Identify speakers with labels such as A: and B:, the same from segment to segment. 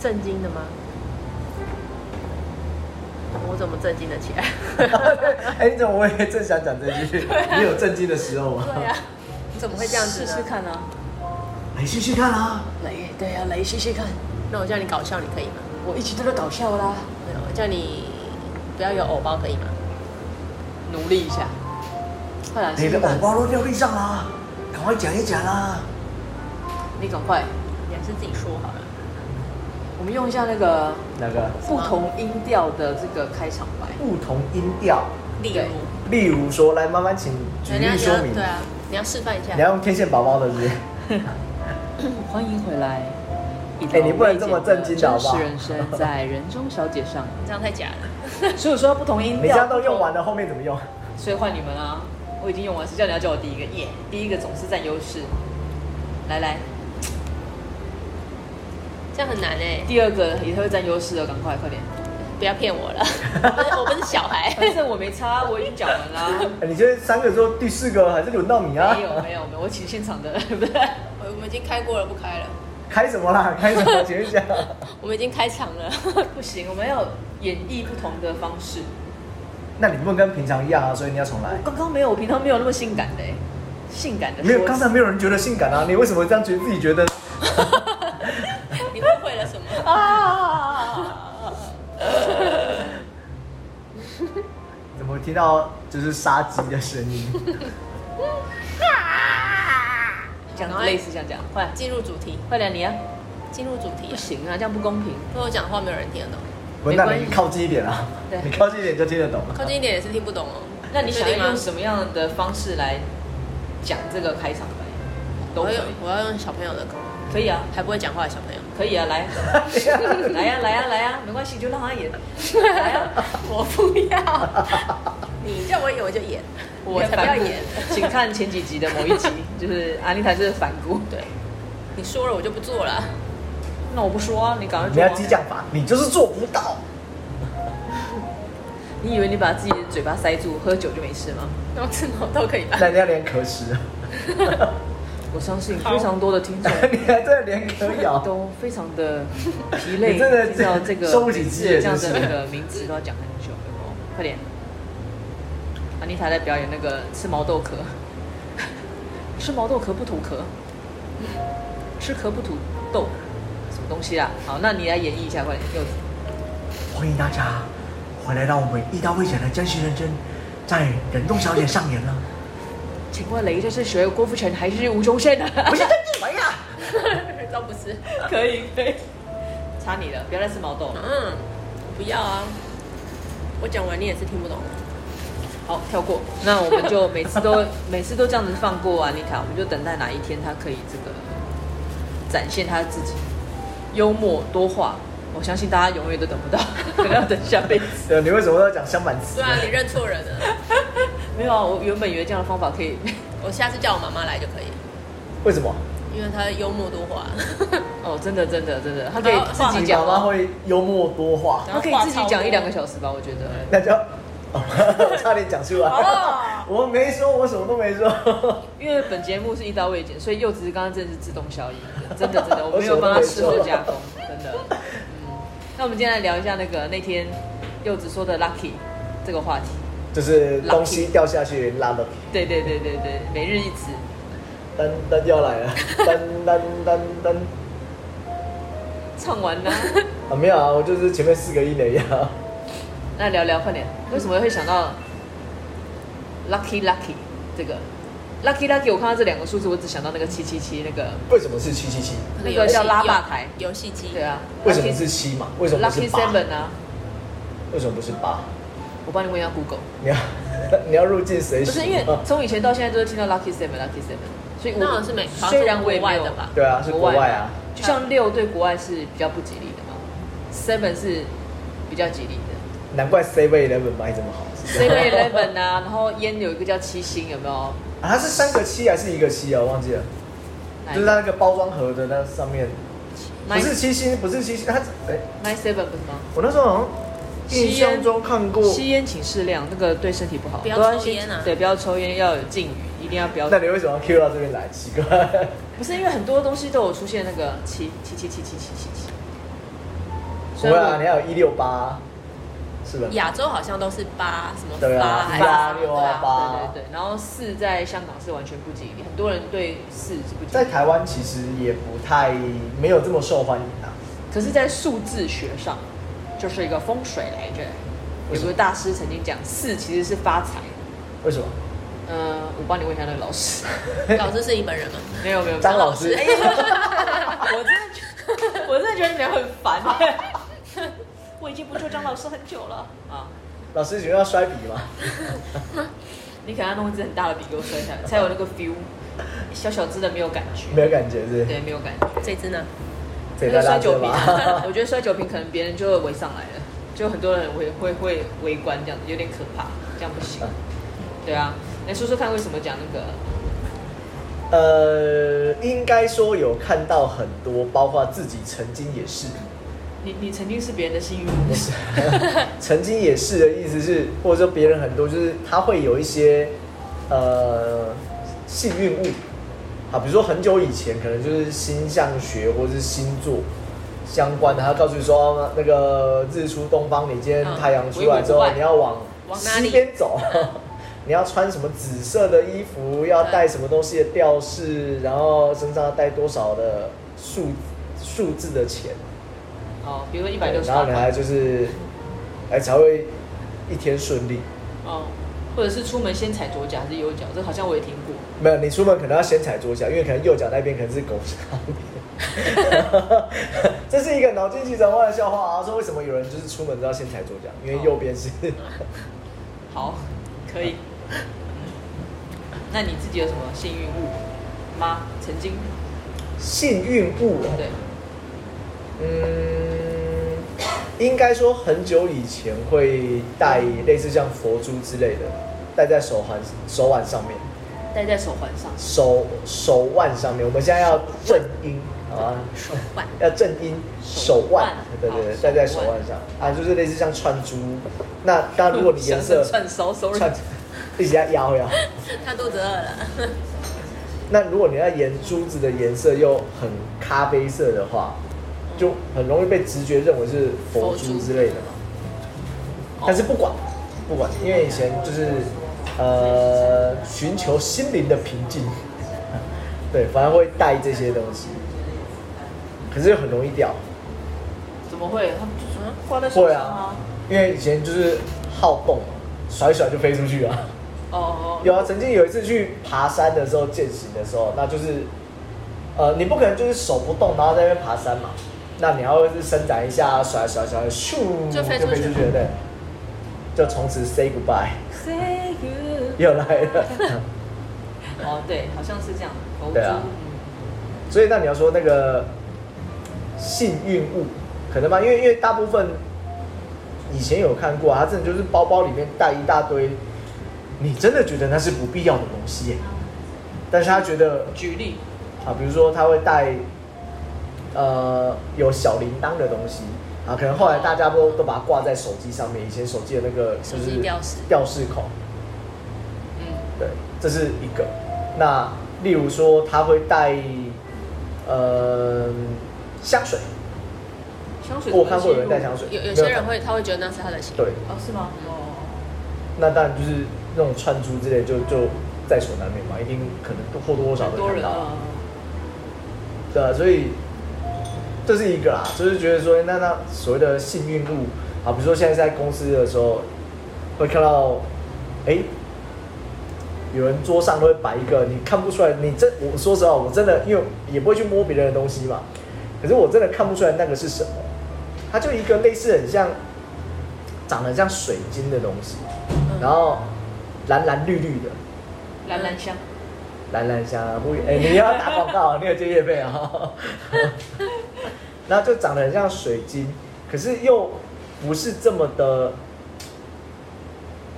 A: 震惊的吗？我怎么震惊了起来？
B: 哎，你怎么我也正想讲这句？
C: 啊
B: 你有震惊的时候吗？
A: 对啊呀、你 怎么会这样子
C: 试
A: 呢？
C: 试看啊，
B: 来试试看啊！
C: 雷，对啊，雷试试看，
A: 那我叫你搞笑，你可以吗？
C: 我一直都在搞笑啦，
A: 没有，我叫你不要有偶包，可以吗？
C: 努力一下，快来
B: 你的
C: 试试
B: 偶
C: 看，
B: 包都掉地上啦，赶快讲一讲啦！
C: 你赶快，
A: 你还是自己说好了。
C: 我们用一下那个
B: 哪个？
C: 不同音调的这个开场白，
B: 不同音调，
A: 例
C: 对
A: 如，
B: 例如说，来，妈妈请举
A: 你要你
B: 例说
A: 要
B: 明。
A: 对啊，你要示范一下
B: 你。要用天线宝宝的是不是？
C: 嗯欢迎回来。
B: 哎你不能这么震惊的好
C: 真
B: 不好
C: 实人生在人中小姐 上，
A: 这样太假了。
C: 所以我说不同音调，
B: 你这样都用完了，后面怎么用？
C: 所以换你们啊！我已经用完，谁叫你要叫我第一个耶第一个总是占优势。来来，
A: 这样很难哎、
C: 第二个也会占优势的，赶快 快点！
A: 不要骗 我了，我不是我不是小孩。
C: 反正我没差，我已经讲完啦。
B: 哎你这三个之后，第四个还是轮到你啊？
C: 没有没有没有，我请现场的， 对不对？
A: 我我们已经开过了，不开了。
B: 开什么啦？开什么？请问一下，
A: 我们已经开场了。
C: 不行，我们要演绎不同的方式。
B: 那你不能跟平常一样啊，所以你要重来
C: 我。刚刚没有，我平常没有那么性感的欸，性感的
B: 没有，
C: 说
B: 刚才没有人觉得性感啊，你为什么这样觉得自己觉得？
A: 你误会了什么？
C: 啊，
B: 怎么听到就是杀鸡的声音？
C: 这样子类似这样讲，快
A: 进入主题，
C: 快点你啊！
A: 进入主题
C: 不。行啊，这样不公平。
A: 因为我讲话没有人听得懂，
B: 不，
C: 没
B: 那
C: 关
B: 你
C: 系
B: 靠近一点啊
C: 对，
B: 你靠近一点就听得懂
A: 靠
B: 了。
A: 近一点也是听不懂哦。
C: 那你想要用
A: 什
C: 什么样的方式来讲这个开场白？都
A: 我
C: 可
A: 要
C: 以，
A: 我要用小朋友的歌，
C: 可以啊，
A: 还不会讲话的小朋友。
C: 可以啊，来， 来呀、来呀、啊来呀、没关系，就让他 演。来啊呀、
A: 我不要，你叫我演我就演，我才不要演。
C: 请看前几集的某一集，就是安妮塔就是反骨。对，
A: 你说了我就不做了，
C: 那我不说啊，你赶快
B: 你
C: 做、
B: 要
C: 啊。
B: 激将法，你就是做不 到。
C: 你以为你把自己的嘴巴塞住，喝酒就没事吗？
A: 然后吃毛都可以吧？
B: 那你要连壳吃，
C: 我相信非常多的听众
B: 你还在连壳咬。
C: 都非常的 疲累，
B: 你真的
C: 听到这个
B: 收不起气了
C: 这样
B: 是
C: 的
B: 不是
C: 那个名字都要讲很久，有没有快点！安妮塔在表演那个吃毛豆壳，吃毛豆壳不吐壳，吃壳不吐豆，什么东西啊？好，那你来演绎一下，快点，柚子。
B: 欢迎大家回来，让我们一刀未剪的真实人生在忍冬小姐上演了。
C: 请问雷这是学郭富城还是吴宗宪呢？
B: 不是真志文呀，
A: 都不是。
C: 可以可以，差你了，不要再吃毛豆了。
A: 嗯，我不要啊！我讲完你也是听不懂。
C: 好，跳过。那我们就每次都 每次都这样子放过啊安妮塔，我们就等待哪一天她可以这个展现她自己幽默多话。我相信大家永远都等不到， 可能要等下辈子。
B: 对，你为什么要讲相反词
A: 对
B: 呢？
A: 啊，你认错人了。
C: 没有啊，我原本以为这样的方法可以。
A: 我下次叫我妈妈来就可以，
B: 为什么？
A: 因为她幽默多话，
C: 哦，真的真的真的，她可以
A: 好
C: 自己
B: 你妈
C: 讲
B: 妈
C: 吗？
B: 会幽默多话，
C: 她可以自己讲一两个小时吧，我觉得。
B: 那就我 差点讲出 来
A: 哦。
B: 我没说，我什么都没说。
C: 因为本节目是一刀未剪，所以柚子刚刚真的是自动消音，真的真的，我没有帮他事后加工，真 的。嗯，那我们今天来聊一下那个那天柚子说的 lucky 这个话题。
B: 就是东西掉下去拉的，
C: 对对对对对，每日一词。
B: 噔噔要来 了，噔噔噔噔
C: 唱完呢，
B: 啊没有啊，我就是前面四个音而已啊。
C: 那聊聊快点，为什么会想到 lucky lucky 这个 lucky lucky？我看到这两个数字，我只想到那个七七七那个，
B: 为什么是七七七？
C: 那个叫拉霸台
A: 游戏机。
C: 对啊，
B: 为什么是七嘛？为什么不
C: lucky
B: 是八？
C: seven 啊？
B: 为什么不是八？
C: 我帮你问一下 Google。
B: 你要 你要入境啊随
C: 不
B: 俗
C: 是
B: 吗
C: 因为从以前到现在都是听到 lucky seven lucky seven，所以我
A: 那好像是美好像是
C: 虽然我也没有
A: 国外的吧
B: 对啊，是国外啊。
C: 就像六对国外是比较不吉利的嘛，seven 是比较吉利的
B: 难怪 Seven Eleven 卖这么好。是这样
C: ，seven eleven 啊，然后烟有一个叫七星，有没有？
B: 啊，它是三个七还是一个七啊？我忘记了，
C: 哪
B: 就是它那个包装盒的那上面，不是
C: nine
B: 七星，不是七星，它哎、
C: nine seven 不是吗？
B: 我那时候好像印象中看过。
C: 吸烟请适量，那个对身体不好，
A: 不要
C: 都
A: 抽
C: 先
A: 烟啊
C: 对，不要抽烟，要有禁语，一定要不要
B: 那。你为什么要 Q 到这边来？奇怪，
C: 不是因为很多东西都有出现那个七七七七七七七七，
B: 不
C: 所以
B: 会
C: 我
B: 啊，你还有一六八，是吧？
A: 亚洲好像都是八什么
B: 对
A: 八
B: 啊
A: 还是
B: 八
A: 啥
B: 六
A: 对
B: 啊
A: 啊
B: 八
C: 哎对对对，然后四在香港是完全不吉利，很多人对四是不吉
B: 在
C: 利。
B: 台湾其实也不太没有这么受欢迎啊。
C: 可是，在数字学上，就是一个风水来着。
B: 为
C: 有
B: 什么
C: 个大师曾经讲，四其实是发财。
B: 为什么？
C: 嗯、我帮你问一下那个老师。
A: 啊老师是你本人吗？
C: 没有没有，
B: 张老师
C: 哎我真的觉得，我真的觉得你们很烦。我已经不做张老师很久了啊！
B: 老师觉得要摔笔 吗？
C: 你可能要弄一支很大的笔给我摔下来，才有那个 feel。小小只的没有感觉，
B: 没有感觉是不是？
C: 对，没有感觉。
A: 这只呢？
B: 这也
C: 那
B: 太
C: 个
B: 拉
C: 摔酒
B: 车
C: 瓶
B: 吧
C: 啊，？ 我觉得摔酒瓶可能别人就会围上来了，就很多人围会会围观这样子，有点可怕，这样不行。
B: 嗯
C: 对啊，来说说看为什么讲那个
B: 呃，应该说有看到很多，包括自己曾经也是，
C: 你你曾经是别人的幸运
B: 不
C: 物，
B: 是， 曾经也是的意思是，或者说别人很多，就是他会有一些呃幸运物啊，比如说很久以前可能就是星象学或是星座相关的，他告诉你说、哦那个日出东方，你今天
C: 嗯
B: 太阳出来之后，
C: 微微不外
B: 你要往
A: 往哪里
B: 西边走。 你要穿什么紫色的衣服，要
A: 嗯
B: 戴什么东西的吊饰，然后身上要带多少的数数字的钱，
C: 哦，比如说一百六十
B: 然后
C: 八
B: 你还
C: 块，
B: 就是，哎才会一天顺利。
C: 哦，或者是出门先踩左脚还是右脚，这好像我也听过。
B: 没有，你出门可能要先踩左脚，因为可能右脚那边可能是狗上面。 这是一个脑筋急转弯的笑话啊！说为什么有人就是出门都要先踩左脚，因为右边是。
C: 好，可以。
B: 嗯
C: 那你自己有什么幸运物吗？曾经，
B: 幸运物哦，
C: 对，
B: 嗯，应该说很久以前会戴类似像佛珠之类的，戴在手环、手腕上面，
C: 戴在手环上，
B: 手手腕上面。我们现在要正音啊，
A: 手腕。
B: 要正音手腕，对对对，
C: 手
B: 戴
C: 腕
B: 在手腕上啊，就是类似像串珠。那那如果你颜 色
C: 像是串烧，sorry，
B: 串，一起在摇 摇。
A: 他肚子饿了，
B: 那如果你要沿珠子的颜色又很咖啡色的话，就很容易被直觉认为是佛珠之类的嘛。
C: 哦
B: 但是不管，不管，因为以前就是呃寻求心灵的平静， 对，反而会带这些东西，可是又很容易掉。
C: 怎么会？他们就是嗯挂在手
B: 会
C: 上
B: 啊
A: 哦
C: 啊。，
B: 因为以前就是好动嘛，甩一甩就飞出 去啊。
C: 哦
B: 有啊，曾经有一次去爬山的时候，践行的时候，那就是，呃，你不可能就是手不动，然后在那边爬山嘛，那你要是伸展一下，甩甩甩，咻
A: 就飞出去
B: 出去了，对，就从此 say goodbye，
C: ，Say good。
B: 又来了。
C: 哦，对，好像是这样。佛珠
B: 对啊所以那你要说那个幸运物，可能吧，因为因为大部分以前有看过、啊，它真的就是包包里面带一大堆，你真的觉得那是不必要的东西耶、但是他觉得
C: 嗯举例，
B: 啊，比如说他会带呃有小铃铛的东西啊，可能后来大家都都把它挂在手机上面，以前手机的那个
A: 手
B: 就是
A: 机吊饰
B: 吊饰孔，
C: 嗯，
B: 对，这是一个。那例如说他会带呃香水，
C: 香水。
B: 我看过有人戴香水
A: 有有些人会，他会觉得那是他的心。
B: 对，
C: 哦，是吗？哦，
B: 那当然就是那种串珠之类就就在所难免嘛，一定可能或多或少
C: 很
B: 都
C: 多
B: 看
C: 人
B: 到。
C: 啊。
B: 对啊，所以这是一个啦，就是觉得说，那那所谓的幸运物啊，比如说现在在公司的时候，会看到，哎、有人桌上都会摆一个，你看不出来，你真我说实话，我真的因为也不会去摸别人的东西嘛，可是我真的看不出来那个是什么，它就一个类似很像长得像水晶的东西，
A: 嗯
B: 然后蓝蓝绿绿的，
C: 兰兰香，
B: 哦蓝蓝香啊，不， 哎、你要打广 告，你有接业费啊。 然后就长得很像水晶，可是又不是这么的，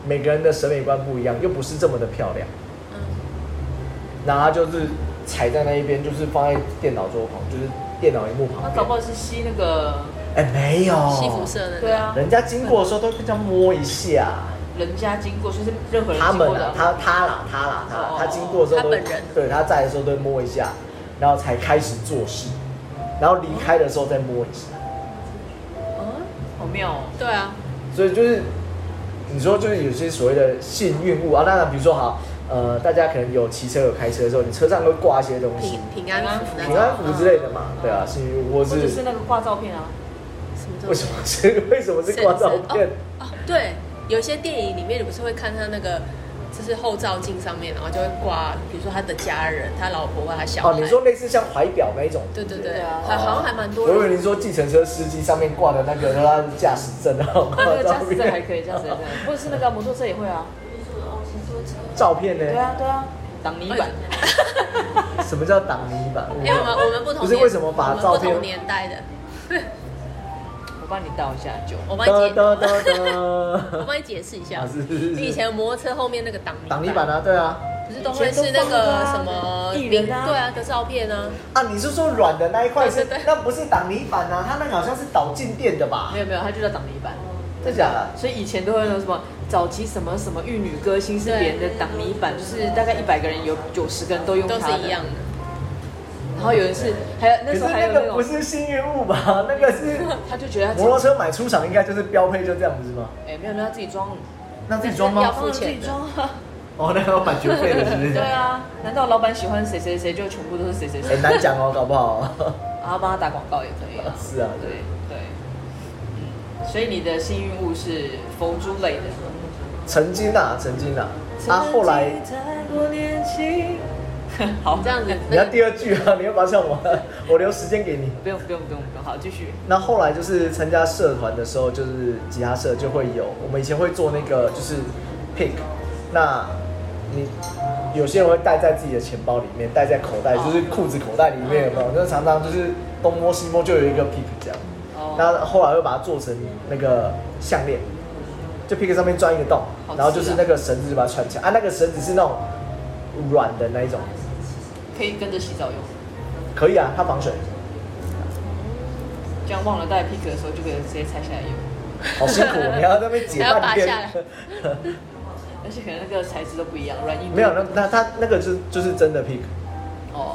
B: 每个人的审美观不一样，又不是这么的漂亮。
A: 嗯，
B: 然后它就是踩在那一边，就是放在电脑桌旁，就是电脑荧幕
C: 他
B: 旁
C: 搞不
B: 边。
C: 好是吸那个，
B: 哎、没有，
A: 西服色的。
C: 对，啊，
B: 人家经过的时候都这样摸一下。
C: 人家经过，所以是任何人
B: 他
C: 经
B: 们
C: 过
B: 啊
C: 的，。
B: 他他啦，他啦，他啦
C: 哦
B: 他经过的时候都会
A: 他本人
B: 对他在的时候都会摸一下，然后才开始做事，然后离开的时候再摸一下，
C: 哦妙哦。
A: 嗯对啊，
B: 所以就是你说就是有些所谓的幸运物啊，当然比如说好，呃，大家可能有骑车有开车的时候，你车上会挂一些东西
A: 平，平安符那种
B: 嗯平安符之类的嘛，
C: 嗯
B: 对啊，幸运物或
C: 或者
B: 是
C: 是那个挂照 片啊，
A: 嗯什么
B: 为什么是 为什么是挂照片？
A: 哦哦，对，有些电影里面你不是会看他那个，就是后照镜上面，然后就会挂，比如说他的家人、他老婆或他小孩。
B: 哦，你说类似像怀表那一种，
A: 对对
B: 不
A: 对，
C: 对啊
A: 还好像还蛮多
B: 我以为
A: 人。
B: 你说计程车司机上面挂的那个他的驾驶证的
C: 那个
B: 照
C: 驾驶证还
B: 片，
C: 可以，驾驶证还可以，或者是那个摩托车也会啊。
B: 照片
C: 对
B: 呢？
C: 啊，对啊，挡泥 板。
B: 哎什么叫挡泥板？
A: 哎、我们我们不同
B: 不
A: 年，
B: 是为什么把照
A: 我们不
B: 片
A: 同年代的，
C: 我帮你倒一下酒。哦
A: 我帮
B: 哒
A: 你解，
B: 哒哒哒，
A: 我帮你解释一下
B: 啊。 是是是
A: 你以前摩托车后面那个挡
B: 挡泥板啊，对啊，
A: 不是都会是那个什么
C: 以前都放那个啊艺人啊
A: 对啊的照片啊？
B: 啊，你是说软的那一块是
A: 对对对？
B: 那不是挡泥板啊，它那个好像是导进电的吧
C: 没？有没有，它就叫挡泥板。
B: 真假的？
C: 所以以前都会有什么早期什么什么玉女歌星是连的挡泥板，就是大概一百个人有九十个人都用它
A: 都
C: 的
A: 是一样。的。
C: 然后有人是还有那
B: 可
C: 时
B: 是
C: 候还有
B: 那
C: 那
B: 个
C: 种
B: 不，是幸运物吧？ 那个是
C: 他就觉得他自
B: 摩托
C: 己
B: 车买出厂应该就是标配就这样子吗？
C: 哎没有没有他自己装，
B: 那自己装
A: 要
B: 吗？
A: 付钱的
C: 自己装啊。
B: 哦，那个有版权费的是不是？
C: 对， 啊，难道老板喜欢谁谁谁就全部都是谁谁谁？
B: 很难讲哦，搞不好。
C: 然后帮他打广告也可以啊。
B: 是啊，
C: 对对。嗯所以你的幸运物是佛珠类的。
B: 曾经啊，曾经啊，啊，后来
C: 好，
A: 这样子，
B: 你要第二句啊，你要不要唱完？我留时间给你。
C: 不用不用不用不用，好继续。
B: 那后来就是参加社团的时候，就是吉他社就会有，我们以前会做那个就是 pick，那你有些人会带在自己的钱包里面，带在口袋，
C: 哦
B: 就是裤子口袋里面，有没有？那常常就是东摸西摸就有一个 pick 这样。
C: 哦
B: 那后来又把它做成那个项链，就 pick 上面钻一个洞
C: 好，
B: 然后就是
C: 刺啊
B: 那个绳子把它串起来啊，那个绳子是那种软的那一种，
C: 可以跟着洗澡用，
B: 可以啊，它防水，
C: 这样忘了带 pick 的时候就可以直接拆下来用，
B: 好辛 苦，你要在那边解
A: 还要
B: 半
A: 拔
B: 天
A: 下来。
C: 而且可能那个材质都不一样，软硬 度
B: 没有，那那它那个就是就是真的 pick，
A: 嗯
C: 哦。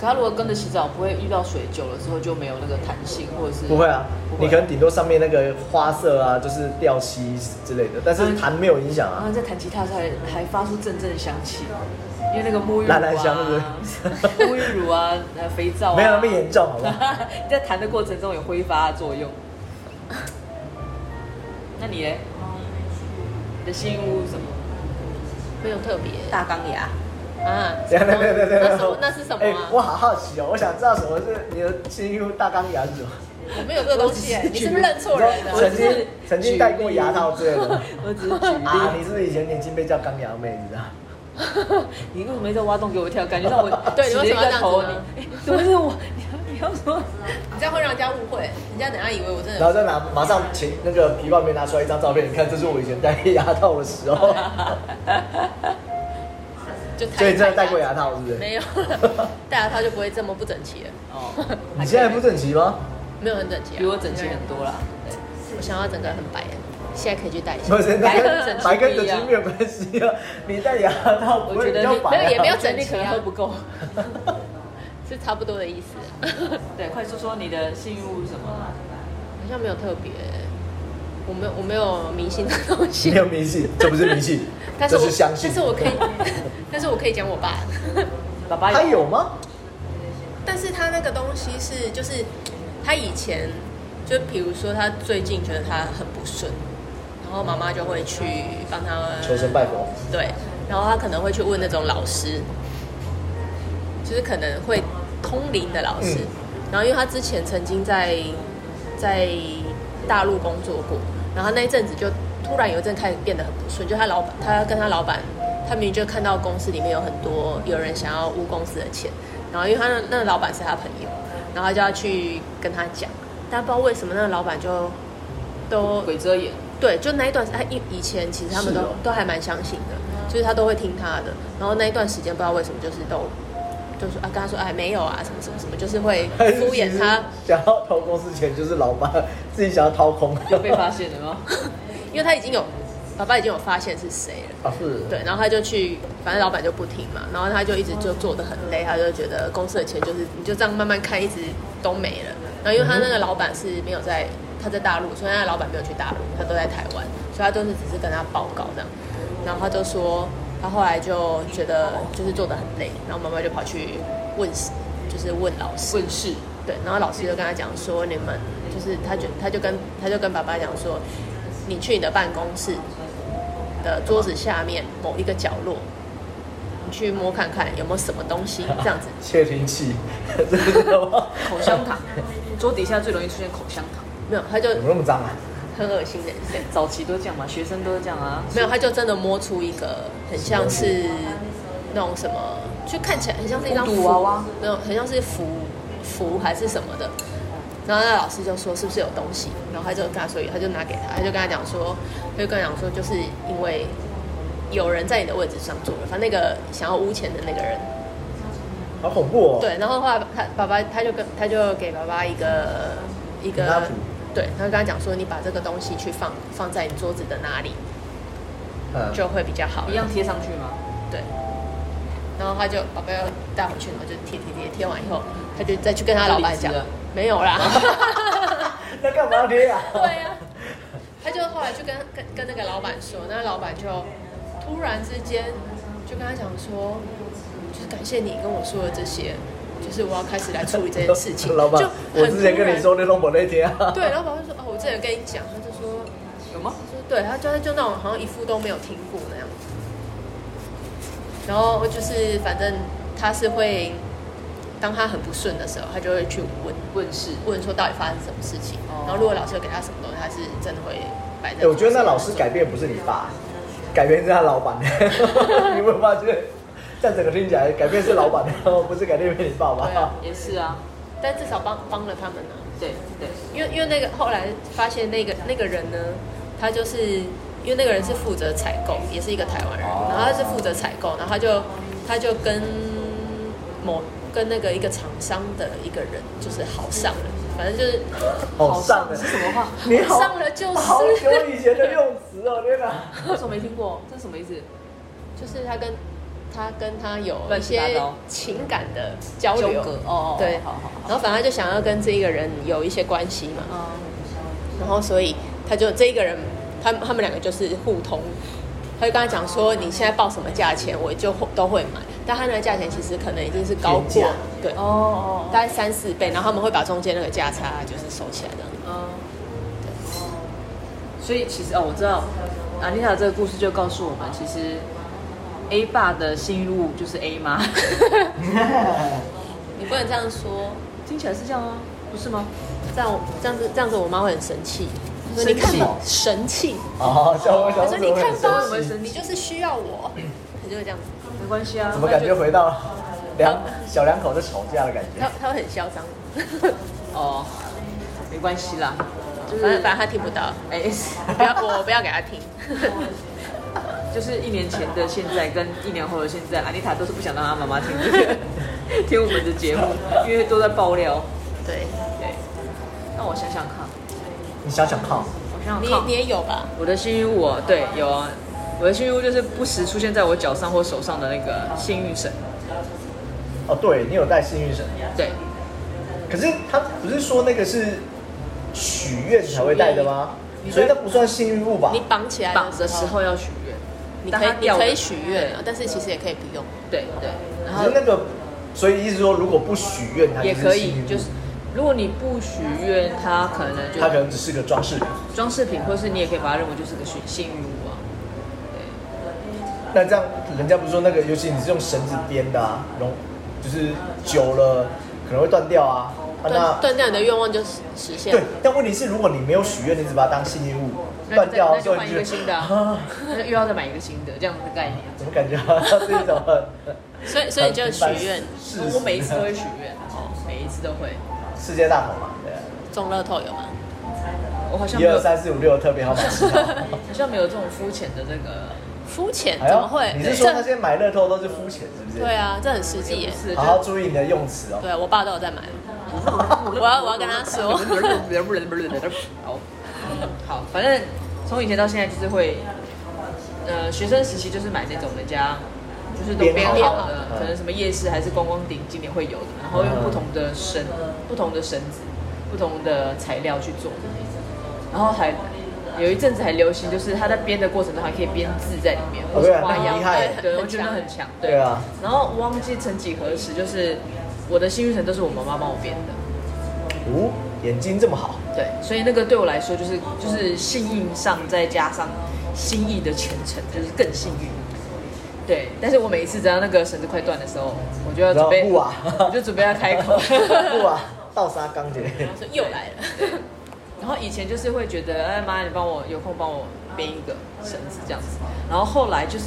C: 可它如果跟着洗澡，不会遇到水久了之后就没有那个弹性，或者是
B: 不会啊，
C: 不会
B: 你可能顶多上面那个花色啊，就是掉漆之类的，但是弹没有影响
C: 然
B: 啊
C: 后。在弹吉他的时候还还发出阵阵香气，因为那个沐浴乳
B: 懒懒香是不
C: 啊、 沐浴乳啊、呃肥皂啊，
B: 没有那么严重，好不 好？
C: 你 在弹的过程中有挥发作用。那你嘞？你的幸运物是什么？
A: 没有特别
C: 大钢牙。
A: 啊？
B: 对对对对对。
A: 那什么？那是什么
B: 哎
A: 啊？
B: 我好好奇哦，我想知道什么是你的幸运大钢牙是什么？
A: 我没有这个东西、哎，你是不是认错人
B: 你知道
A: 了？
B: 曾
C: 我只
B: 经
C: 是
B: 曾经戴过牙套之类 的吗
C: 我只是举
B: 啊？
C: 例。
B: 你是不是以前年轻被叫钢牙妹子啊？
C: 你为什么一直挖洞给我跳？感觉让 我
A: 对你为什么要这
C: 起了一个
A: 样
C: 头
A: 子呢
C: 你哎怎么是我？ 你要你要说
A: 你这样会让人家误会，人家等下以为我真
B: 然
A: 的
B: 后再拿马上前那个皮包里面拿出来一张照片，你看这是我以前戴牙套的时 候，
A: 就太
B: 所以你真的戴过牙套是不是？
A: 没有，戴牙套就不会这么不整齐了，
C: 哦，
B: 你现在不整 齐吗？
A: 没有很整齐、啊，
C: 比我整齐很多啦。
A: 我想要整个很白，现在可以去戴一下
B: 不。是，那
C: 白
B: 跟
C: 跟整齐
B: 白跟
C: 不
B: 整
C: 一样
B: 齐没有关系啊。你戴牙套不
C: 我
B: 会比
C: 觉得
B: 较
C: 你
B: 白、啊，
A: 没有也没有
C: 我觉得你可能喝不够。
A: 是差不多的意思、啊，
C: 对，快说说你的幸运物是什么？
A: 好像没有特别，我没有我没有迷信的东西
B: 没，有迷信，这不是迷信，
A: 但是
B: 这
A: 我
B: 是相信。
A: 但是我可以，但是我可以讲我爸，
C: 爸 爸
B: 他
C: 有
B: 有吗？
A: 但是他那个东西是就是他以前就比如说他最近觉得他很不顺，然后妈妈就会去帮他
B: 求神拜佛，
A: 对，然后他可能会去问那种老师，就是可能会通灵的老师。
B: 嗯
A: 然后因为他之前曾经在在大陆工作过，然后他那一阵子就突然有一阵开始变得很不顺，就他老板，他跟他老板，他明明就看到公司里面有很多有人想要污公司的钱，然后因为他那那个老板是他朋友，然后他就要去跟他讲，但不知道为什么那个老板就都
C: 鬼遮眼，
A: 对，就那一段时，他以以前其实他们都、
B: 是哦
A: 都还蛮相信的，就是他都会听他的。然后那一段时间不知道为什么就是都就是啊跟他说哎没有啊什么什么什么，就是会
B: 还是
A: 敷衍他，
B: 其实想要掏公司钱，就是老爸自己想要掏空。
C: 就被发现了吗？
A: 因为他已经有爸爸已经有发现是谁了。
B: 啊是，
A: 对，然后他就去，反正老板就不停嘛，然后他就一直就做的很累，他就觉得公司的钱就是你就这样慢慢看，一直都没了。然后因为他那个老板是没有在，他在大陆，所以他的老板没有去大陆，他都在台湾，所以他就是只是跟他报告这样。然后他就说，他后来就觉得就是做的很累，然后妈妈就跑去问，就是问老师，
C: 问世，
A: 对，然后老师就跟他讲说，你们就是他就他就跟他就跟爸爸讲说，你去你的办公室的桌子下面某一个角落，你去摸看看有没有什么东西，这样子
B: 窃 听器，这个知道吗？
C: 口香糖， 桌底下最容易出现口香糖，
A: 没有，他就
B: 怎么那么脏啊？
A: 很恶心的，对，
C: 早期都这样嘛，学生都是这样啊，
A: 没有，他就真的摸出一个很像是那种什么，就看起来很像是一张
C: 古董娃娃
A: 没有，很像是符符还是什么的。然后那老师就说是不是有东西，然后他就跟他说有，他就拿给他，他就跟他讲说，他就跟他讲说，就是因为有人在你的位置上坐了，反正那个想要污钱的那个人，
B: 哦好恐怖哦！，
A: 对，然后后来他爸爸他就跟他就给爸爸一个一
B: 给
A: 个
B: 他谱，
A: 对，他就跟他讲说，你把这个东西去放放在你桌子的哪里，
B: 嗯，
A: 就会比较好了，
C: 一样贴上去吗？
A: 对。然后他就宝贝要带回去，然后就贴贴贴贴完以后，他就再去跟他老板讲
C: 他就离职了，
A: 没有啦。
B: 那干嘛要贴啊？
A: 对呀、他就后来就跟跟跟那个老板说，那老板就突然之间就跟他讲说，就是感谢你跟我说的这些，就是我要开始来处理这件事情。
B: 老板
A: 就，
B: 我
A: 很
B: 之前跟
A: 突
B: 你
A: 然，
B: 说那种不那贴啊，
A: 对，老板就说哦，我之前有跟你讲，他就说，
C: 有吗？
A: 他说对，他就就那种好像一副都没有听过那样子。然后就是反正他是会，当他很不顺的时候，他就会去问
C: 问世，
A: 问说到底发生什么事情。
C: 哦
A: 然后如果老师有给他什么东西，他是真的会摆在。
B: 哎，我觉得那老师改变不是你爸，改变是他老板。 你有没有发现？这样整个听起来，改变是老板， 不是改变是你爸
A: 对啊
B: 爸。
C: 也是啊，
A: 但至少帮帮了他们啊呢、
C: 对对，
A: 因为因为那个后来发现那个那个人呢，他就是因为那个人是负责采购，也是一个台湾人，
B: 哦
A: 然后他是负责采购，然后他就他就跟某跟那个一个厂商的一个人就是好上了，反正就是
B: 好上
C: 好
B: 的
C: 是，什么话？
B: 你好
A: 上了就是
B: 好久以前的用词哦，天哪！
C: 为什么没听过？ 这是什么意思？
A: 就是他跟他跟他有一
C: 乱七八
A: 些
C: 糟
A: 情感的交流
C: 纠葛，哦哦
A: 对，
C: 好好好
A: 然后反正他就想要跟这一个人有一些关系嘛，
C: 嗯，
A: 然后所以他就这一个人，他他们两个就是互通，他就跟他讲说，你现在报什么价钱，我就会都会买，但他那个价钱其实可能已经是高
B: 天
A: 过
B: 价，
A: 对，
C: 哦哦，
A: 大概三四倍，然后他们会把中间那个价差就是收起来这样。
C: 嗯，所以其实哦，我知道安妮塔这个故事就告诉我们，其实 A 爸的心路就是 A 妈，
A: 你不能这样说，
C: 听起来是这样啊，不是吗？
A: 这样这样子这样子，我妈会很生气。她说
C: 生
A: 你看
C: 气
A: 吧，神气。
B: 哦，小我
A: 她
B: 小
A: 说
B: 时
A: 你
B: 候
A: 看
B: 很
A: 吧
B: 生
A: 你
B: 气，，
A: 就是需要我，她就会这样子。
C: 没关系啊，
B: 怎么感觉回到了两小两口在吵架的感觉
A: 她？她会很嚣张，
C: 哦，没关系啦，就
A: 反正
C: 是
A: 反正她听不到，
C: 哎，
A: 不要我不要给她听。
C: 就是一年前的现在跟一年后的现在，安妮塔都是不想让她妈妈听这个 听我们的节目，因为都在爆料。
A: 对，
C: 对，那我想想看，
B: 你想想看，啊
C: 我想想
A: 你
C: 看，
A: 你也有吧？
C: 我的幸运物哦，对，有啊，我的幸运物就是不时出现在我脚上或手上的那个幸运绳，
B: 哦，对你有带幸运绳，
C: 对，
B: 可是他不是说那个是许愿才会带的吗？
C: 许愿
B: 所以那不算幸运物吧
A: 你？绑起来
C: 啊绑
A: 的
C: 的
A: 哎时
C: 时
A: 候，
C: 候要许愿，
A: 你
C: 但
A: 可以
C: 它
A: 你
C: 掉
A: 可以
C: 了
A: 许愿啊，但是其实也可以不用。
C: 对对，然
B: 可
C: 后
B: 是那个，所以意思说，如果不许愿，它
C: 也
B: 就
C: 可
B: 是幸
C: 以
B: 运物，
C: 就是如果你不许愿，它可能就
B: 它可能只是个装饰品。
C: 装饰品，或是你也可以把它认为就是个幸幸运物啊，
B: 那这样，人家不是说那个，尤其你是用绳子编的啊，容就是久了可能会断掉啊。啊
A: 断
B: 那
A: 断掉你的愿望就实实现
B: 对
A: 了。，
B: 但问题是，如果你没有许愿，你只把它当幸运物，
C: 那就
B: 断掉
C: 那就
B: 之后
C: 换
B: 你
C: 一个新的啊
B: 啊，
C: 那又要再买一个新的这样子的概念啊，
B: 怎么感觉好像是一种很
A: 所以所以你就许愿
B: 是
C: 我我每一次都会许愿，哦每一次都会，
B: 世界大同嘛？对啊，
A: 中乐透有吗？
C: 我好像
B: 一
C: 没有
B: 二，三四五六特别好买七号。
C: 好像没有这种肤浅的这个。
A: 肤浅
B: 哎
A: 怎
B: 呦
A: 么会？
B: 你是说他
A: 这
B: 现在买乐透都是肤浅，是不是？
A: 对啊，这很实际
C: 也
A: 耶
C: 不。是，
B: 好好注意你的用词哦。
A: 对啊我爸都有在 买，我要我要跟他说，
C: 好，好，反正从以前到现在就是会呃学生时期就是买那种人家就是都
B: 编嗯
C: 编
B: 好
A: 的
C: 好的
B: 嗯，
C: 可能什么夜市还是观光顶今年会有的，然后用不同的绳、不同的绳子、不同的材料去做，然后还有一阵子还流行，就是他在编的过程中还可以编字在里面，或
B: 哦
C: 是
B: 对啊
C: 花
B: 那
C: 样
B: 很厉害，
C: 对我
A: 很
C: 觉得
A: 强
C: 很强，
B: 对啊，
C: 然后我忘记曾几何时，就是我的幸运绳都是我妈妈帮我编的。
B: 哦，眼睛这么好，
C: 对，所以那个对我来说就是就是幸运上再加上心意的虔诚，就是更幸运。对，但是我每一次只要那个绳子快断的时候，我就要准备，
B: 然后不啊
C: 我就准备要开 口。
B: 不啊，倒沙钢姐，
A: 然后说 又来了，
C: 然后以前就是会觉得，哎妈，你帮我有空帮我编一个绳子这样子。然后后来就是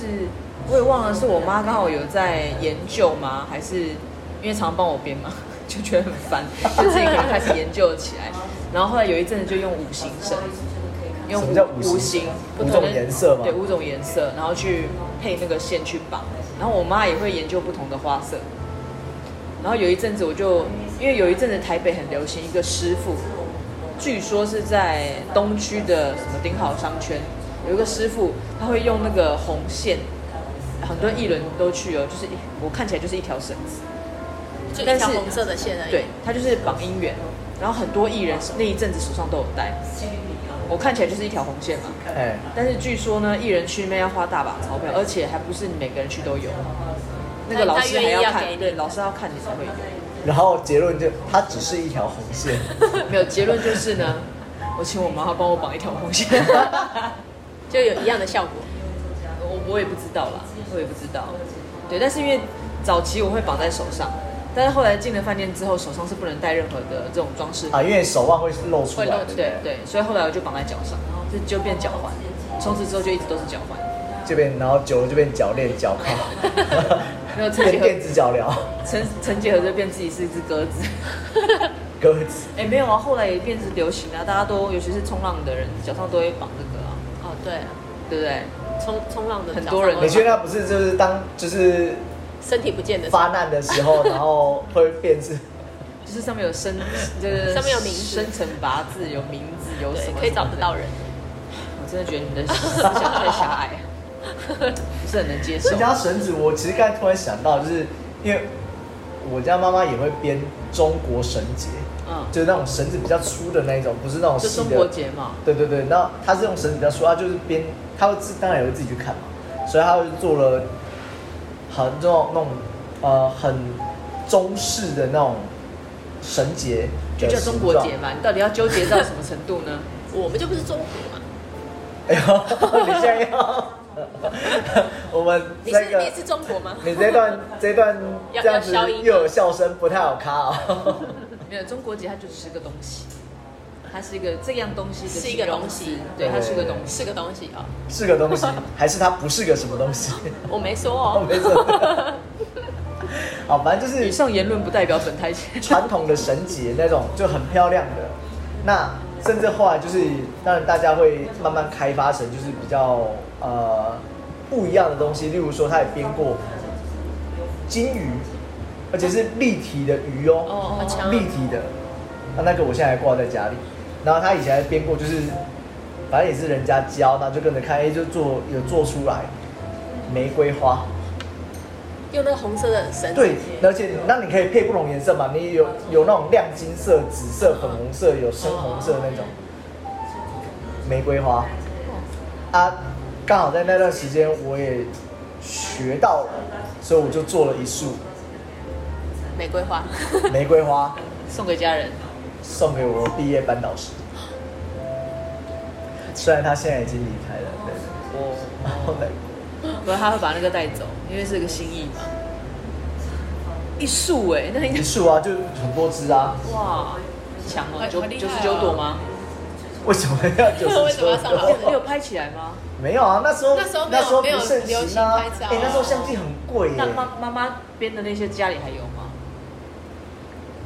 C: 我也忘了是我妈刚好有在研究吗？还是因为常帮我编嘛， 就觉得很烦，就自己可能开始研究起来。然后后来有一阵子就用五行绳，用
B: 什么叫
C: 五
B: 五行
C: 五行
B: 五
C: 不同的
B: 种颜色吗
C: 对，五种颜色，然后去配那个线去绑。然后我妈也会研究不同的花色。然后有一阵子我就，因为有一阵子台北很流行一个师傅，据说是在东区的什么顶好商圈，有一个师傅，他会用那个红线，很多艺人都去哦，就是一我看起来就是一条绳子，
A: 就
C: 但
A: 一
C: 是
A: 条红色的线而已。
C: 对，，他就是绑姻缘，然后很多艺人那一阵子手上都有戴，我看起来就是一条红线嘛，
B: 哎，
C: 但是据说呢，艺人去那边要花大把钞票，而且还不是你每个人去都有，那个老师还
A: 他愿意要
C: 看
A: 给，你
C: 对，老师要看你才会有。
B: 然后结论就它只是一条红线，
C: 没有结论就是呢，我请我妈妈帮我绑一条红线，
A: 就有一样的效果。
C: 我我也不知道啦，我也不知道。对，但是因为早期我会绑在手上，但是后来进了饭店之后，手上是不能戴任何的这种装饰品，
B: 啊，因为手腕会露出
C: 会
B: 来，
C: 露
B: 对不
C: 对对，所以后来我就绑在脚上，这就变脚环，从此之后就一直都是脚环。
B: 这边，然后久了就变脚链、脚铐，
C: 没有自己
B: 变
C: 和
B: 电子脚镣，
C: 陈陈杰和就变自己是一只鸽子。
B: 鸽子。
C: 哎、没有啊，后来也变成流行啊，大家都尤其是冲浪的人脚上都会绑这个啊，
A: 哦，对啊，
C: 对不对？
A: 冲冲浪的
C: 很多人
A: 早上
B: 你确定他不是就是当就是
A: 身体不见得
B: 发难的时候，然后会变 是
C: 就是上面有生，就是
A: 上面有名字
C: 生辰八字，有名字，有什
A: 对
C: 么，
A: 可以找得到。人。
C: 我真的觉得你的思想太狭 隘，不是很能接受
B: 你。家绳子，我其实刚才突然想到，就是因为我家妈妈也会编中国绳结，
C: 嗯，
B: 就是那种绳子比较粗的那一种，不是那种
C: 就
B: 细
C: 中
B: 的
C: 国。结嘛，
B: 对对对，那她是用绳子比较粗，她就是编，她会自当然也会自己去看嘛，所以她就做了很这种那种呃很中式的那种绳结
C: 就
B: 的形状，
C: 叫中国结嘛。你到底要纠结到什么程度呢？
A: 我们就不是中国嘛，
B: 哎呦， 你现在要 我们
A: 你是
B: 那个
A: 你是中国吗？
B: 你这段这段
A: 要
B: 这样子
A: 要消音吗
B: 又有笑声，不太好卡哦。
C: 没有，中国结它就只是个东西，它是一个这样东西的
A: 是一个
C: 形容
A: 东西
C: 词对，它是个东西。
A: 是个东西啊、
B: 是个东西，还是它不是个什么东西？
A: 我没说
B: 哦，
A: 哦。
B: 没 事。好，反正就
C: 以
B: 是
C: 上言论不代表本台前。
B: 传统的绳结那种，就很漂亮的。那甚至后来就是，当然大家会慢慢开发成就是比较呃不一样的东西，例如说，他也编过金鱼，而且是立体的鱼哦。
A: 哦，很强啊、
B: 立体的，那那个我现在还挂在家里。然后他以前还编过，就是反正也是人家教，那就跟着看，哎、就做有做出来玫瑰花。
A: 用那个红色的绳子。
B: 对，而且那你可以配不同颜色嘛，你有有那种亮金色、紫色、粉红色，有深红色那种玫瑰花。啊，刚好在那段时间我也学到了，所以我就做了一束
A: 玫瑰花，
B: 玫瑰花。
C: 送给家人。
B: 送给我毕业班导 师。虽然他现在已经离开了，对，
C: 哦，
B: 然后呢，
C: 不然他会把那个带走，因为是个心意嘛。一束哎、那应
B: 一束啊，就很多枝啊，
C: 该哇，强哦，
A: 很
C: 九
A: 很厉害
C: 九
A: 哦
C: 十九朵吗？
B: 为什么要九
A: 为
B: 十
A: 什么
B: 九
A: 要上老
B: 朵
A: 师？
C: 你有拍起来吗？
B: 没有啊，那时候
A: 那时候没有
B: 不盛
A: 没有流
B: 行
A: 行
B: 啊
A: 拍，照
B: 哎，那时候相机很贵耶
C: 那，妈妈妈编的那些家里还有吗？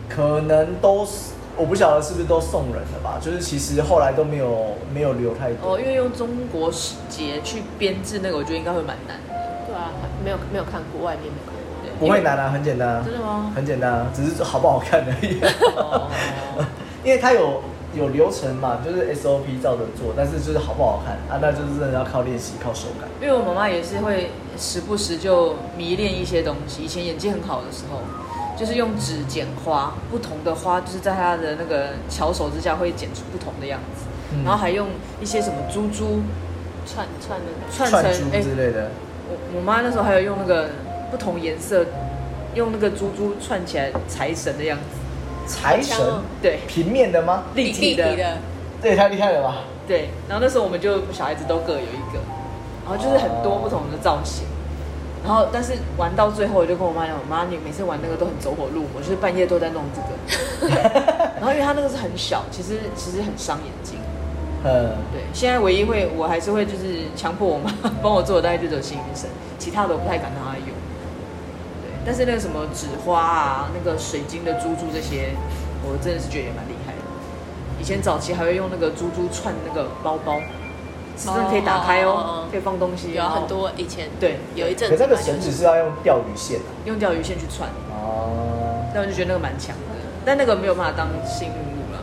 B: 可能都是我不晓得是不是都送人了吧，就是其实后来都没有没有留太多
C: 哦，因为用中国结去编制那个，我觉得应该会蛮难的。
A: 对啊，没有没有看过，外面没看过。
C: 对
B: 不会难啊，很简单啊，
C: 真的吗？
B: 很简单啊，只是好不好看而已。
C: 哦，
B: 因为它有有流程嘛，就是 SOP 照着做，但是就是好不好看啊，那就是真的要靠练习，靠手感。
C: 因为我妈妈也是会时不时就迷恋一些东西。以前眼睛很好的时候，就是用纸剪花，不同的花就是在她的那个巧手之下会剪出不同的样子，
B: 嗯
C: 然后还用一些什么珠珠
A: 串串那
C: 串成
B: 串珠
C: 哎、
B: 之类的，
C: 我我妈那时候还有用那个不同颜色，用那个珠珠串起来财神的样子，
B: 财神
A: 好强哦
C: 对，
B: 平面的吗？
A: 个
C: 立体的，
A: 的，
B: 这也太厉害了吧！
C: 对。然后那时候我们就小孩子都各有一个，然后就是很多不同的造型。然后，但是玩到最后，我就跟我妈讲，我妈你每次玩那个都很走火入魔，就是半夜都在弄这个。 然后，因为它那个是很小，其实其实很伤眼睛。
B: 嗯，
C: 对，现在唯一会我还是会就是强迫我妈 帮我做的，大概就只有幸运绳，其他的我不太敢让她用。对，但是那个什么纸花啊，那个水晶的珠珠这些，我真的是觉得也蛮厉害的。以前早期还会用那个珠珠串那个包包，是真的可以打开
A: 哦哦
C: 哦
A: 哦，
C: 可以放东西，
A: 有
C: 然后
A: 很多以前
C: 对
A: 有一阵
B: 可
A: 子
B: 那
A: 吧
B: 个绳子是要用钓鱼线啊的
C: 用钓鱼线去串，
B: 哦。
C: 但我就觉得那个蛮强的，但那个没有办法当幸运物啦，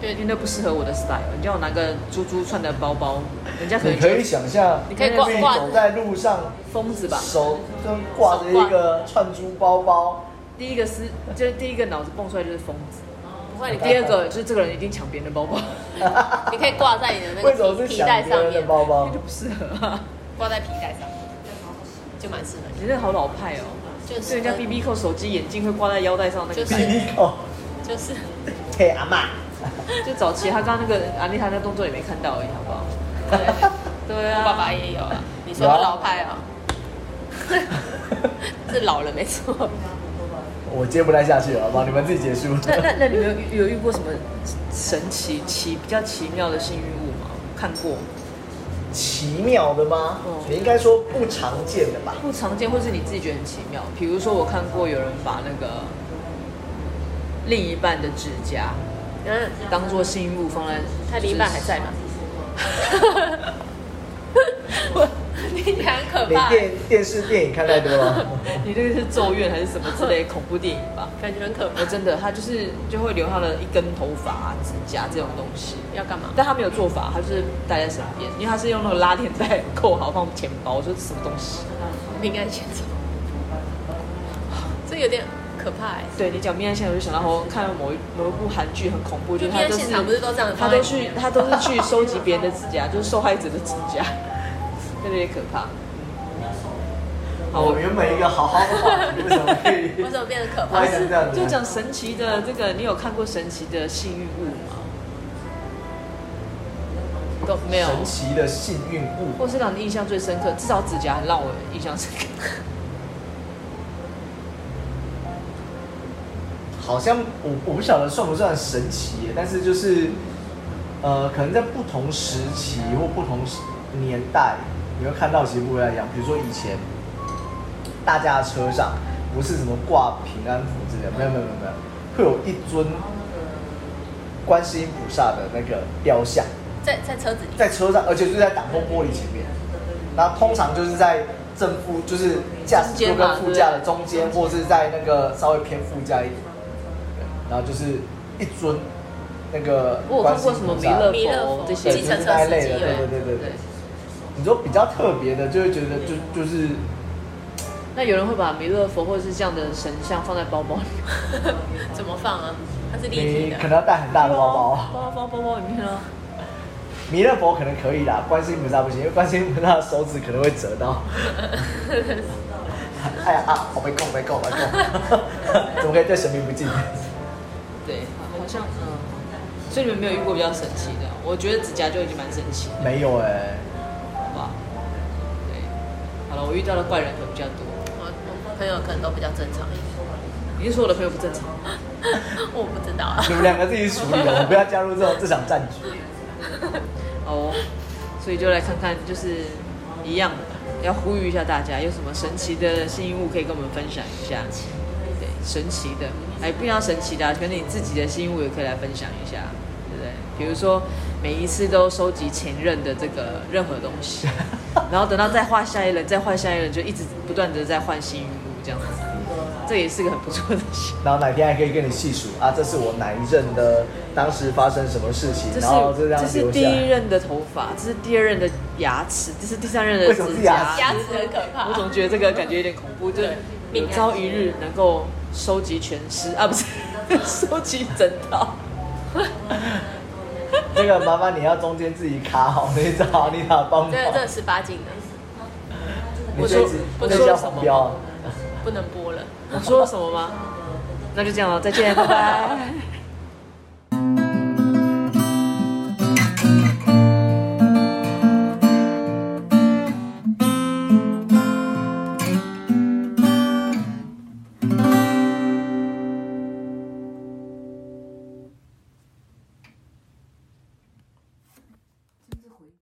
A: 对
C: 因为那不适合我的 style。你叫我拿个珠珠串的包包，人家可
B: 你
C: 能觉
B: 可以
C: 得
B: 想象，
A: 你可以
B: 那
A: 挂
B: 边
A: 挂
B: 走在路上，
C: 疯子吧。
B: 手跟挂着一个串珠包包，
C: 第一个思就是第一个脑子蹦出来就是疯子，
A: 不会，你可
C: 第
A: 以
C: 二 个就是这个人一定抢别人的包包，
A: 你可以挂在你的那
B: 为什么
A: 个
B: 是
A: 皮皮
B: 抢
A: 带
B: 别
A: 上
B: 人的
A: 面，
B: 包包
C: 那就？不适合啊。
A: 挂在皮带上面，就蛮适合你。
C: 你这好老派哦，
A: 就
C: 就是
A: 是
C: 人家 B B 扣手机、眼镜会挂在腰带上那个
A: 就是
B: 比例扣，
A: 就是
B: 嘿阿妈，
C: 就早期他刚刚那个安利他那动作也没看到而已，好不好？
A: 对
C: 对
A: 我
C: 啊，
A: 爸爸也有啊，你说
B: 有啊
A: 他老派啊，是老了没错。
B: 我接不太下去了，好不好？你们自己结束。
C: 那那那你们有有遇过什么神奇奇比较奇妙的幸运物吗？看过
B: 奇妙的吗
C: 嗯？
B: 你应该说不常见的吧？
C: 不常见，或是你自己觉得很奇妙？比如说我看过有人把那个另一半的指甲
A: 嗯，
C: 当做幸运物放在
A: 他另一半还在吗？ 你俩很可
B: 你
A: 怕，
B: 电电视电影看太多了，
C: 你这个是咒怨还是什么之类的恐怖电影吧？
A: 感觉很可怕
C: 我。真的，他就是就会留他的一根头发、啊、指甲这种东西，
A: 要干嘛？
C: 但他没有做法，他就是戴在身边，因为他是用那个拉链带扣好放钱包，我说这什么东西？
A: 命案现场，这有点可怕哎。
C: 对你讲命案现场，我就想到我看了某一某一部韩剧很恐怖，就
A: 就是命
C: 他
A: 案
C: 都是
A: 现场不是都这样
C: 他
A: 放在
C: 都
A: 里
C: 去
A: 面？
C: 他都是去收集别人的指甲，就是受害者的指甲， 特别可怕。好，
B: 我
C: 我
B: 们原本一个好好的话题，为什么可以
A: 为什么变得可怕
B: 拍？成这样子啊
C: 就
B: 呢？
C: 讲神奇的这个，你有看过神奇的幸运物吗？都没有，
B: 神奇的幸运物，
C: 或是让你印象最深刻，至少指甲很让我印象深刻。
B: 好像我我不晓得算不算神奇耶，但是就是呃，可能在不同时期或不同时年代，你会看到其实不太一样。比如说以前大家的车上不是什么挂啊平安符之类的，没有没有没有没有，会有一尊观世音菩萨的那个雕像。
A: 在在车子里，
B: 在车上，而且就在挡风玻璃前面。然后通常就是在正副，就是驾驶座跟副驾的中间，或是在那个稍微偏副驾一点。对然后就是一尊那个
C: 我有看过什么弥勒
A: 弥勒
C: 佛
A: 佛
C: 这
B: 对，
C: 些
B: 就
A: 计
B: 是
A: 程车
B: 那一
A: 司
B: 类
A: 机
B: 的，
A: 有
B: 对对对对对。你说比较特别的，就会觉得就就是
C: 那有人会把弥勒佛或者是这样的神像放在包包里，
A: 怎么放啊？它是立体
B: 你可
A: 的，
B: 能要带很大的包包。
C: 包包包包包里面啊。
B: 弥勒佛可能可以啦，观世音菩萨不行，因为观世音菩萨的手指可能会折 到。哎呀啊！我被控，被控，被控！ 怎么可以对神明不敬？
C: 对，好像嗯。所以你们没有遇过比较神奇的，我觉得指甲就已经蛮神奇的，
B: 没有哎、
C: 好吧？对，好了，我遇到的怪人可能比较多。
A: 我我朋友可能都比较正常一点，
C: 你是说我的朋友不正常？
A: 我不知道 啊。
B: 你们两个自己处理了，我不要加入这种这场战局。
C: 哦，所以就来看看，就是一样的，要呼吁一下大家，有什么神奇的幸运物可以跟我们分享一下。对，神奇的，哎，不一定要神奇的、啊，可能你自己的幸运物也可以来分享一下，对不对？比如说每一次都收集前任的这个任何东西， 然后等到再换下一任，再换下一任，就一直不断的在换幸运物这样子。这也是个很不错的 事。
B: 然后哪天还可以跟你细数啊，这是我哪一任的，当时发生什么事情，
C: 这是
B: 然后就这样
C: 这是
B: 留
C: 第
B: 下
C: 一
B: 来。
C: 任的头发，这是第二任的牙齿，这是第三任的
B: 为什么
C: 指
B: 是
C: 甲
B: 牙。
A: 牙齿很可 怕。
C: 我总觉得这个感觉有点恐怖，就是
A: 对
C: 有朝一日能够收集全尸啊，不是 收集整套。
B: 那个麻烦你要中间自己卡好那一张，你俩帮忙。
A: 这这十八禁的，
B: 你
C: 我
B: 这
C: 说
B: 次
C: 我
B: 那
C: 说
B: 叫
C: 了什
B: 红
C: 么
B: 标啊。
A: 不能播了。
C: 我说了什么吗？那就这样了，再见，拜拜。